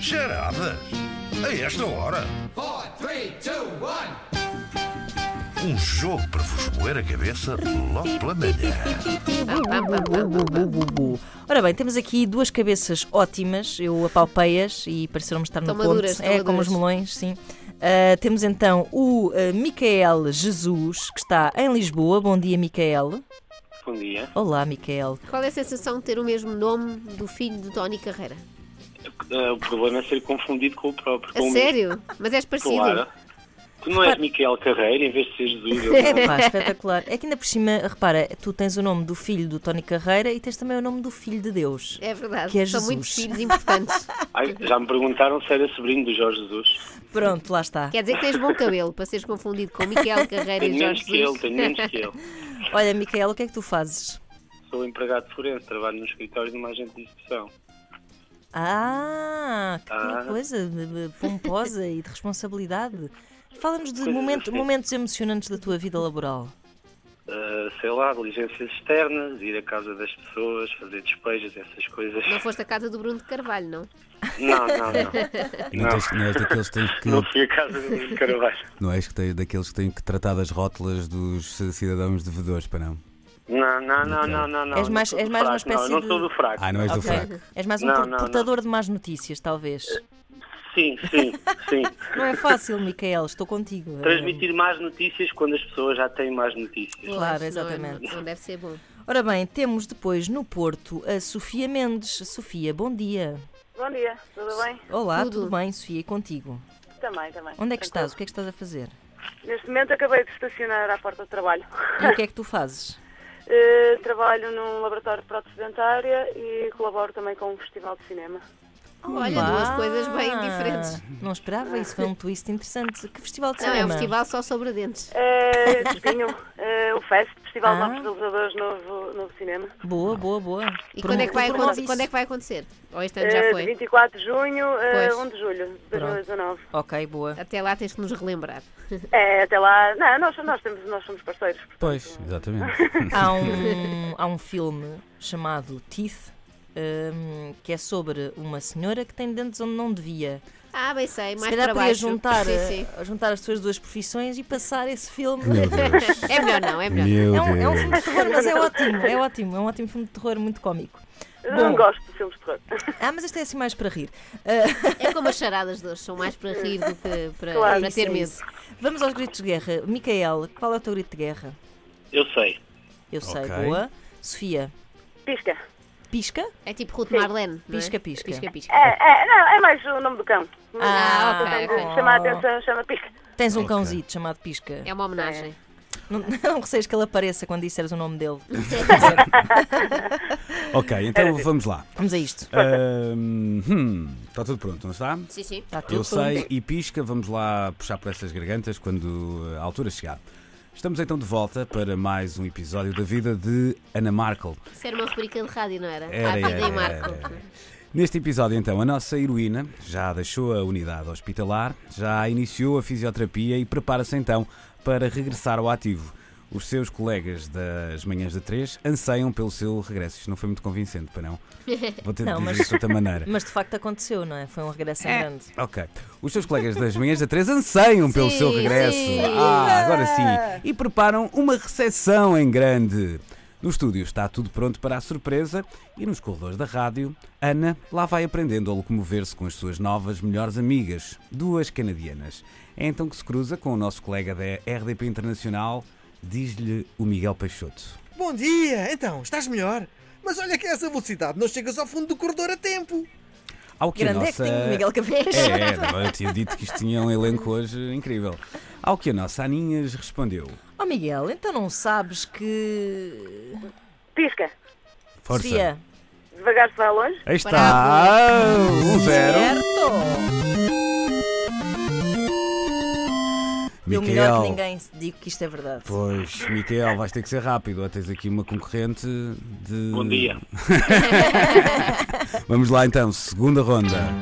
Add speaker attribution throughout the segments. Speaker 1: Geradas? A esta hora?
Speaker 2: four, three, two, one.
Speaker 1: Um jogo para vos moer a cabeça logo pela manhã.
Speaker 3: Ora bem, temos aqui duas cabeças ótimas, eu apalpei-as e pareceram-me estar no
Speaker 4: Estão
Speaker 3: ponto.
Speaker 4: maduras, estão
Speaker 3: é, como
Speaker 4: maduras.
Speaker 3: os melões, sim. Ah, temos então o ah, Micael Jesus, que está em Lisboa. Bom dia, Micael.
Speaker 5: Bom dia.
Speaker 3: Olá, Micael.
Speaker 4: Qual é a sensação de ter o mesmo nome do filho do Tony Carreira?
Speaker 5: Eh, O problema é ser confundido com o próprio.
Speaker 4: A
Speaker 5: com o
Speaker 4: sério? Mas és parecido?
Speaker 5: meu. Claro. Tu não és Miquel Carreira em vez de ser Jesus. eu-
Speaker 3: É pá, espetacular. É que ainda por cima, repara, tu tens o nome do filho do Tony Carreira e tens também o nome do filho de Deus.
Speaker 4: É verdade,
Speaker 3: Que é
Speaker 4: são
Speaker 3: Jesus.
Speaker 4: muitos filhos importantes.
Speaker 5: Ai, já me perguntaram se era sobrinho do Jorge Jesus.
Speaker 3: Pronto, lá está.
Speaker 4: Quer dizer que tens bom cabelo para seres confundido com Miquel Carreira
Speaker 5: Tenho
Speaker 4: e
Speaker 5: menos
Speaker 4: Jorge
Speaker 5: que ele,
Speaker 4: Jesus.
Speaker 5: tenho menos que ele.
Speaker 3: Olha, Micael, o que é que tu fazes?
Speaker 5: Sou empregado forense, trabalho nos escritórios de uma agente de execução.
Speaker 3: Ah, que
Speaker 5: Ah.
Speaker 3: coisa de- de pomposa e de responsabilidade. Fala-nos de
Speaker 5: Coisas
Speaker 3: momento-
Speaker 5: assim.
Speaker 3: momentos emocionantes da tua vida laboral.
Speaker 5: Eh, sei lá, diligências externas, ir à casa das pessoas, fazer despejos, essas coisas.
Speaker 4: Não foste à casa do Bruno de Carvalho, não?
Speaker 5: Não, não, não.
Speaker 6: E não,
Speaker 5: Não.
Speaker 6: tens- não és daqueles que tens que.
Speaker 5: Não fui à casa do Bruno Carvalho.
Speaker 6: Não és que tens, daqueles que têm que tratar das rótulas dos cidadãos devedores, para não.
Speaker 5: Não, não, não, não, não. não.
Speaker 3: És mais-
Speaker 5: Não sou do
Speaker 3: és mais uma
Speaker 5: fraco, não, eu
Speaker 3: espécie
Speaker 5: não sou
Speaker 3: de-
Speaker 5: do fraco.
Speaker 6: Ah, não és do
Speaker 3: Ok?
Speaker 6: fraco.
Speaker 3: És mais um
Speaker 5: Não,
Speaker 3: por-
Speaker 5: não, não.
Speaker 3: portador de más notícias, talvez.
Speaker 5: Sim, sim, sim.
Speaker 3: Não é fácil, Micael, estou contigo.
Speaker 5: Transmitir más notícias quando as pessoas já têm más notícias.
Speaker 3: Claro,
Speaker 4: Pois, não é-
Speaker 3: exatamente.
Speaker 4: Não, deve ser bom.
Speaker 3: Ora bem, temos depois no Porto a Sofia Mendes. Sofia, bom dia.
Speaker 7: Bom dia, tudo bem?
Speaker 3: Olá, tudo,
Speaker 4: Tudo.
Speaker 3: bem, Sofia, e contigo?
Speaker 7: Também, também.
Speaker 3: Onde é que
Speaker 7: Tranquilo.
Speaker 3: estás? O que é que estás a fazer?
Speaker 7: Neste momento acabei de estacionar à porta do trabalho.
Speaker 3: E o que é que tu fazes?
Speaker 7: Eh, trabalho num laboratório de prótese dentária e colaboro também com um festival de cinema.
Speaker 4: Olha, duas coisas bem diferentes.
Speaker 3: Ah, Não esperava, isso foi um twist interessante. Que festival de
Speaker 4: Não,
Speaker 3: cinema?
Speaker 4: é um festival só sobre dentes.
Speaker 7: Eh, Tenho eh, o FEST, Festival de
Speaker 3: Ah.
Speaker 7: Novos Realizadores Novo, Novo Cinema.
Speaker 3: Boa, boa, boa. um
Speaker 4: E quando é, que vai
Speaker 3: Promove
Speaker 4: acontecer,
Speaker 3: isso.
Speaker 4: quando é que vai acontecer? Ou este ano
Speaker 7: Eh,
Speaker 4: já
Speaker 7: de
Speaker 4: foi?
Speaker 7: 24 de junho a
Speaker 4: Pois.
Speaker 7: 1 de julho de
Speaker 3: Pronto.
Speaker 7: 2019.
Speaker 3: Ok, boa.
Speaker 4: Até lá tens que nos relembrar.
Speaker 7: É, até lá. Não, nós, nós, temos, nós somos parceiros.
Speaker 6: Pois, exatamente.
Speaker 3: Há um, há um filme chamado Teeth, hum, que é sobre uma senhora que tem dentes onde não devia.
Speaker 4: Ah, bem sei, mais
Speaker 3: Se calhar
Speaker 4: para
Speaker 3: podia
Speaker 4: baixo.
Speaker 3: juntar, eh,
Speaker 4: Sim, sim.
Speaker 3: a- juntar as suas duas profissões e passar esse filme.
Speaker 6: Meu Deus.
Speaker 4: É melhor não, é melhor.
Speaker 6: Meu
Speaker 3: É um, é um
Speaker 6: Deus.
Speaker 3: filme de terror, mas é ótimo, é ótimo, é um ótimo filme de terror, muito cómico.
Speaker 7: Eu não gosto de filmes de terror.
Speaker 3: Ah, mas este é assim mais para rir.
Speaker 4: É como as charadas de hoje, são mais para rir do que para,
Speaker 7: Claro,
Speaker 4: para
Speaker 3: Isso
Speaker 4: ter
Speaker 3: é
Speaker 4: medo.
Speaker 3: isso. Vamos aos gritos de guerra. Micael, qual é o teu grito de guerra?
Speaker 5: Eu sei.
Speaker 3: Eu sei,
Speaker 6: Ok.
Speaker 3: boa. Sofia,
Speaker 7: Pisca.
Speaker 3: pisca?
Speaker 4: É tipo Ruth Marlene. não é?
Speaker 3: Pisca, pisca.
Speaker 4: Pisca, pisca.
Speaker 7: É, é, não, é mais o nome do cão.
Speaker 3: Ah,
Speaker 7: Mas,
Speaker 4: ok, ok.
Speaker 7: Chama a atenção, chama pisca.
Speaker 3: Tens um
Speaker 6: Ok.
Speaker 3: cãozito chamado pisca.
Speaker 4: É uma homenagem.
Speaker 3: Não, não receias que ele apareça quando disseres o nome dele.
Speaker 6: Ok,
Speaker 3: É.
Speaker 6: então vamos lá.
Speaker 3: Vamos a isto.
Speaker 6: Ahm, hum, está tudo pronto, não está?
Speaker 4: Sim, sim.
Speaker 3: Está tudo
Speaker 6: Eu sei
Speaker 3: pronto.
Speaker 6: e pisca, vamos lá puxar por essas gargantas quando eh, a altura chegar. Estamos então de volta para mais um episódio da vida de Ana Markle.
Speaker 4: Isso era uma rubrica de rádio, não era?
Speaker 6: Era,
Speaker 4: ah,
Speaker 6: era,
Speaker 4: vida em
Speaker 6: era,
Speaker 4: Marco.
Speaker 6: era, era. Neste episódio, então, a nossa heroína já deixou a unidade hospitalar, já iniciou a fisioterapia e prepara-se então para regressar ao ativo. Os seus colegas das manhãs de três anseiam pelo seu regresso. Isto não foi muito convincente, para não? Vou ter de
Speaker 3: Não,
Speaker 6: dizer
Speaker 3: mas-
Speaker 6: isto de outra maneira.
Speaker 3: Mas de facto aconteceu, não é? Foi um regresso em grande.
Speaker 6: Ok. Os seus colegas das manhãs da 3 anseiam pelo
Speaker 4: Sim,
Speaker 6: seu regresso.
Speaker 4: sim.
Speaker 6: Ah, agora sim. E preparam uma recepção em grande. No estúdio está tudo pronto para a surpresa e nos corredores da rádio, Ana lá vai aprendendo a locomover-se com as suas novas melhores amigas, duas canadianas. É então que se cruza com o nosso colega da RDP Internacional, diz-lhe o Miguel Peixoto.
Speaker 8: Bom dia! Então, estás melhor? Mas olha que a essa velocidade não chegas ao fundo do corredor a tempo!
Speaker 6: Ao que a
Speaker 3: Grande é que
Speaker 6: nossa-
Speaker 3: tem Miguel Cabeça.
Speaker 6: É, é, eu tinha dito que isto tinha um elenco hoje incrível. Ao que a nossa Aninhas respondeu.
Speaker 3: Oh Miguel, então não sabes que.
Speaker 7: Pisca.
Speaker 6: Força.
Speaker 3: Sofia.
Speaker 7: Devagar se vai longe.
Speaker 6: Aí está! Um zero.
Speaker 3: Certo! Eu melhor que ninguém digo que isto é verdade.
Speaker 6: Pois, Miquel, vais ter que ser rápido. Ou Tens aqui uma concorrente de.
Speaker 5: Bom dia.
Speaker 6: Vamos lá então, segunda ronda.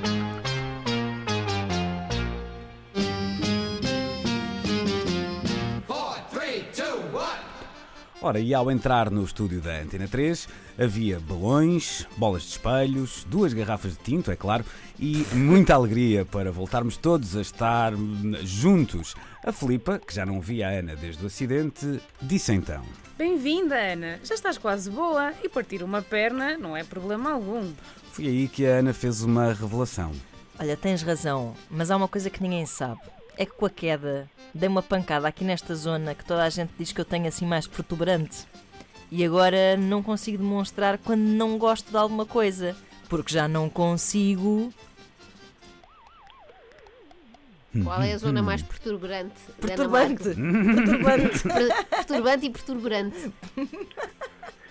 Speaker 2: Four, three, two, one.
Speaker 6: Ora, e ao entrar no estúdio da Antena 3, havia balões, bolas de espelhos, duas garrafas de tinto, é claro, e muita alegria para voltarmos todos a estar hum, juntos. A Filipa, que já não via a Ana desde o acidente, disse então:
Speaker 9: Bem-vinda, Ana. Já estás quase boa e partir uma perna não é problema algum.
Speaker 6: Foi aí que a Ana fez uma revelação.
Speaker 3: Olha, tens razão, mas há uma coisa que ninguém sabe. É que com a queda dei uma pancada aqui nesta zona que toda a gente diz que eu tenho assim mais protuberante. E agora não consigo demonstrar quando não gosto de alguma coisa. Porque já não consigo.
Speaker 4: Qual é a zona mais perturbante? da
Speaker 3: Perturbante!
Speaker 4: Ana
Speaker 3: Perturbante!
Speaker 4: Marco? Per- Perturbante e perturbante.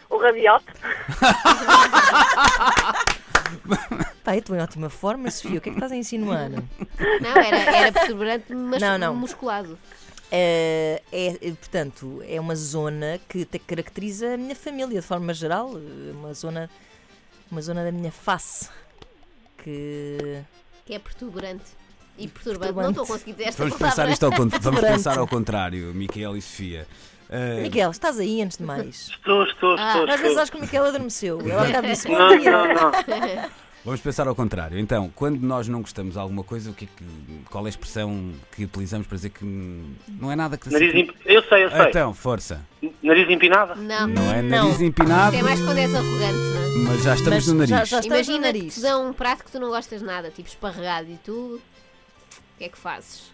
Speaker 7: O radiote.
Speaker 3: Pá, eu estou em ótima forma, Sofia. O que é que estás a insinuar?
Speaker 4: Não, era, era perturbante, mas
Speaker 3: Não, não.
Speaker 4: musculado.
Speaker 3: Eh, é, eh, portanto, é uma zona que te caracteriza a minha família de forma geral, eh, uma zona, uma zona da minha face que
Speaker 4: Que é perturbante. E perturbante.
Speaker 3: Perturbante.
Speaker 4: Não estou a conseguir dizer esta
Speaker 6: Vamos
Speaker 4: palavra.
Speaker 6: pensar isto ao, con- vamos
Speaker 3: Durante.
Speaker 6: pensar ao contrário, Miquel e Sofia. Ah,
Speaker 3: Miguel, estás aí antes de mais.
Speaker 5: Estou, estou,
Speaker 4: Ah,
Speaker 5: estou.
Speaker 4: às
Speaker 3: Às
Speaker 5: estou.
Speaker 3: vezes acho que o Miguel adormeceu. Ele há bocado disse bom
Speaker 5: Não,
Speaker 3: dia.
Speaker 5: não, não.
Speaker 6: Vamos pensar ao contrário. Então, quando nós não gostamos de alguma coisa, o que é que- qual é a expressão que utilizamos para dizer que hum, não é nada que
Speaker 5: Nariz imp... Eu sei, eu sei.
Speaker 6: Então, força.
Speaker 5: Nariz empinado?
Speaker 4: Não.
Speaker 6: Não é
Speaker 3: Não.
Speaker 6: nariz empinado,
Speaker 4: Isto é mais quando és arrogante, não é?
Speaker 6: mas já estamos
Speaker 3: Mas
Speaker 6: no nariz.
Speaker 3: já- já- Estás no
Speaker 4: Imagina que
Speaker 3: nariz.
Speaker 4: te dão um prato que tu não gostas nada, tipo esparregado, e tu. O que é que fazes?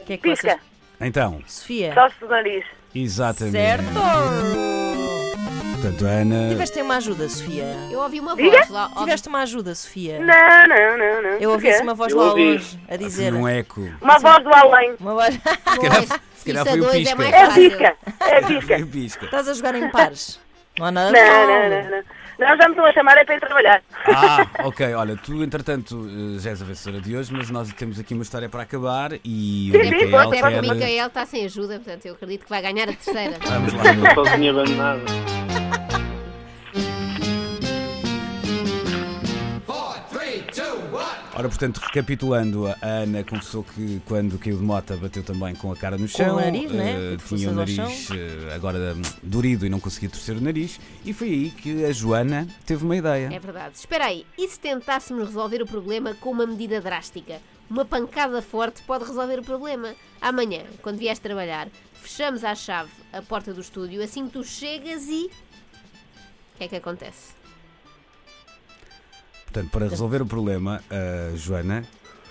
Speaker 3: O que é que
Speaker 7: Pisca.
Speaker 3: vocês...
Speaker 6: Então,
Speaker 3: Sofia,
Speaker 7: Tosse do nariz.
Speaker 6: exatamente.
Speaker 3: certo?
Speaker 6: Portanto, Ana.
Speaker 3: Tiveste uma ajuda, Sofia.
Speaker 4: Eu ouvi uma voz lá. ouvi-
Speaker 3: Tiveste uma ajuda, Sofia.
Speaker 7: Não, não, não, não.
Speaker 3: Eu ouvi assim
Speaker 7: Porquê?
Speaker 3: uma voz
Speaker 5: Eu
Speaker 3: lá
Speaker 5: ouvi.
Speaker 3: longe a dizer.
Speaker 6: Um eco.
Speaker 7: Uma voz do além.
Speaker 3: Uma voz...
Speaker 6: calhar-
Speaker 4: Ah, Pois,
Speaker 6: se
Speaker 4: pista
Speaker 6: calhar foi o
Speaker 4: dois é
Speaker 6: pisca. um
Speaker 4: mais
Speaker 7: É
Speaker 4: fácil.
Speaker 7: pica. É pica.
Speaker 6: Pisca.
Speaker 3: Estás a jogar em pares. Não há nada de
Speaker 7: Não,
Speaker 3: mal.
Speaker 7: não, não, não. Não, já me estão a chamar é para ir trabalhar.
Speaker 6: Ah, ok. Olha, tu, entretanto, eh, já és a vencedora de hoje, mas nós temos aqui uma história para acabar e o
Speaker 7: sim,
Speaker 6: Miquel
Speaker 4: Até porque o
Speaker 6: quer.
Speaker 4: Micael está sem ajuda, portanto eu acredito que vai ganhar a terceira.
Speaker 6: Vamos lá, meu.
Speaker 5: Sozinho abandonado.
Speaker 2: Four, three, two, one.
Speaker 6: Ora, portanto, recapitulando, a Ana confessou que quando caiu de moto bateu também com a cara no chão.
Speaker 3: o nariz, né?
Speaker 6: eh,
Speaker 3: Tipo,
Speaker 6: tinha o
Speaker 3: forçado ao
Speaker 6: nariz eh, agora hum, durido e não conseguia torcer o nariz. E foi aí que a Joana teve uma ideia.
Speaker 4: É verdade. Espera aí, e se tentássemos resolver o problema com uma medida drástica? Uma pancada forte pode resolver o problema. Amanhã, quando vieres trabalhar, fechamos à chave a porta do estúdio, assim que tu chegas e. O que é que acontece?
Speaker 6: Portanto, para resolver o problema, a Joana,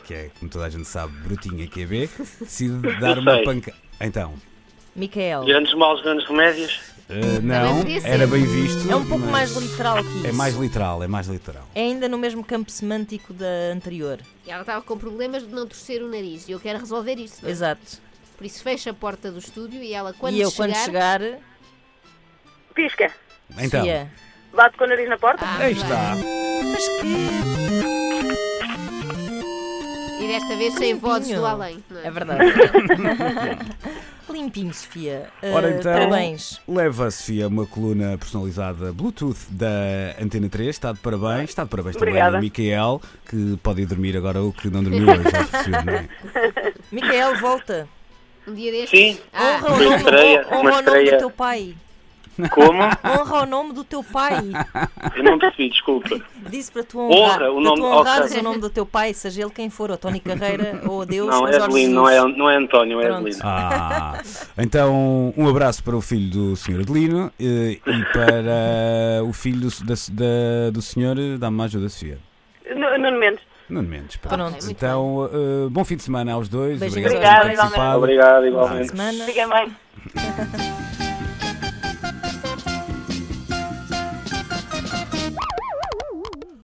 Speaker 6: que é, como toda a gente sabe, brutinha que é B, decide dar
Speaker 5: Eu
Speaker 6: uma
Speaker 5: sei.
Speaker 6: pancada. Então,
Speaker 3: Micael,
Speaker 5: Grandes maus, grandes remédios.
Speaker 6: eh, não,
Speaker 4: podia ser.
Speaker 6: era bem visto.
Speaker 3: é um pouco
Speaker 6: mas
Speaker 3: mais literal que isso.
Speaker 6: É mais literal, é mais literal.
Speaker 3: É ainda no mesmo campo semântico da anterior.
Speaker 4: Ela estava com problemas de não torcer o nariz e eu quero resolver isso. não é?
Speaker 3: Exato.
Speaker 4: Por isso fecha a porta do estúdio e ela, quando
Speaker 3: e eu,
Speaker 4: chegar.
Speaker 3: quando chegar,
Speaker 7: Pisca.
Speaker 6: Então,
Speaker 3: Sofia,
Speaker 7: Bate com o nariz na porta.
Speaker 4: Ah,
Speaker 6: aí
Speaker 4: bem.
Speaker 6: está.
Speaker 3: mas que.
Speaker 4: E desta vez sem vozes do
Speaker 3: limpinho.
Speaker 4: além. não
Speaker 3: É verdade. Limpinho, Sofia. Eh,
Speaker 6: Ora então,
Speaker 3: Parabéns.
Speaker 6: leva a Sofia uma coluna personalizada Bluetooth da Antena 3. Está de parabéns. Está de parabéns também
Speaker 7: Obrigada.
Speaker 6: ao Miquel, que pode ir dormir agora o que não dormiu hoje. já percebeu, não é?
Speaker 3: Micael, volta.
Speaker 4: Um dia destes.
Speaker 5: Sim.
Speaker 4: Ah,
Speaker 3: Honra o
Speaker 5: Uma
Speaker 3: nome,
Speaker 5: estreia,
Speaker 3: honra
Speaker 5: uma
Speaker 3: o nome do
Speaker 5: estreia.
Speaker 3: teu pai.
Speaker 5: Como?
Speaker 3: Honra o nome do teu pai.
Speaker 5: Eu não percebi, desculpa.
Speaker 3: Disse para tu honrar,
Speaker 5: Honra o
Speaker 3: para tu
Speaker 5: nome-
Speaker 3: honrares
Speaker 5: ok.
Speaker 3: o nome do teu pai, seja ele quem for, ou Tony Carreira, ou Deus,
Speaker 5: Não,
Speaker 3: ou
Speaker 5: é
Speaker 3: Jorge
Speaker 5: Adelino, não
Speaker 3: Jesus.
Speaker 5: é, não é António, é
Speaker 3: Pronto.
Speaker 5: Adelino.
Speaker 6: Ah, então, um abraço para o filho do Sr. Adelino eh, e para o filho do, da, da- do Sr. Dá-me uma ajuda, Sofia.
Speaker 3: Ah.
Speaker 7: Nu- Nuno Mendes.
Speaker 6: Nuno Mendes.
Speaker 3: Pronto.
Speaker 4: muito
Speaker 6: Então, eh, bom fim de semana aos dois.
Speaker 3: Beijinhos
Speaker 6: Obrigado por
Speaker 7: aos
Speaker 6: terem
Speaker 7: dois. Obrigada,
Speaker 3: Ah,
Speaker 6: participado.
Speaker 3: Fim de semana.
Speaker 5: Obrigado, igualmente.
Speaker 7: Fiquem bem.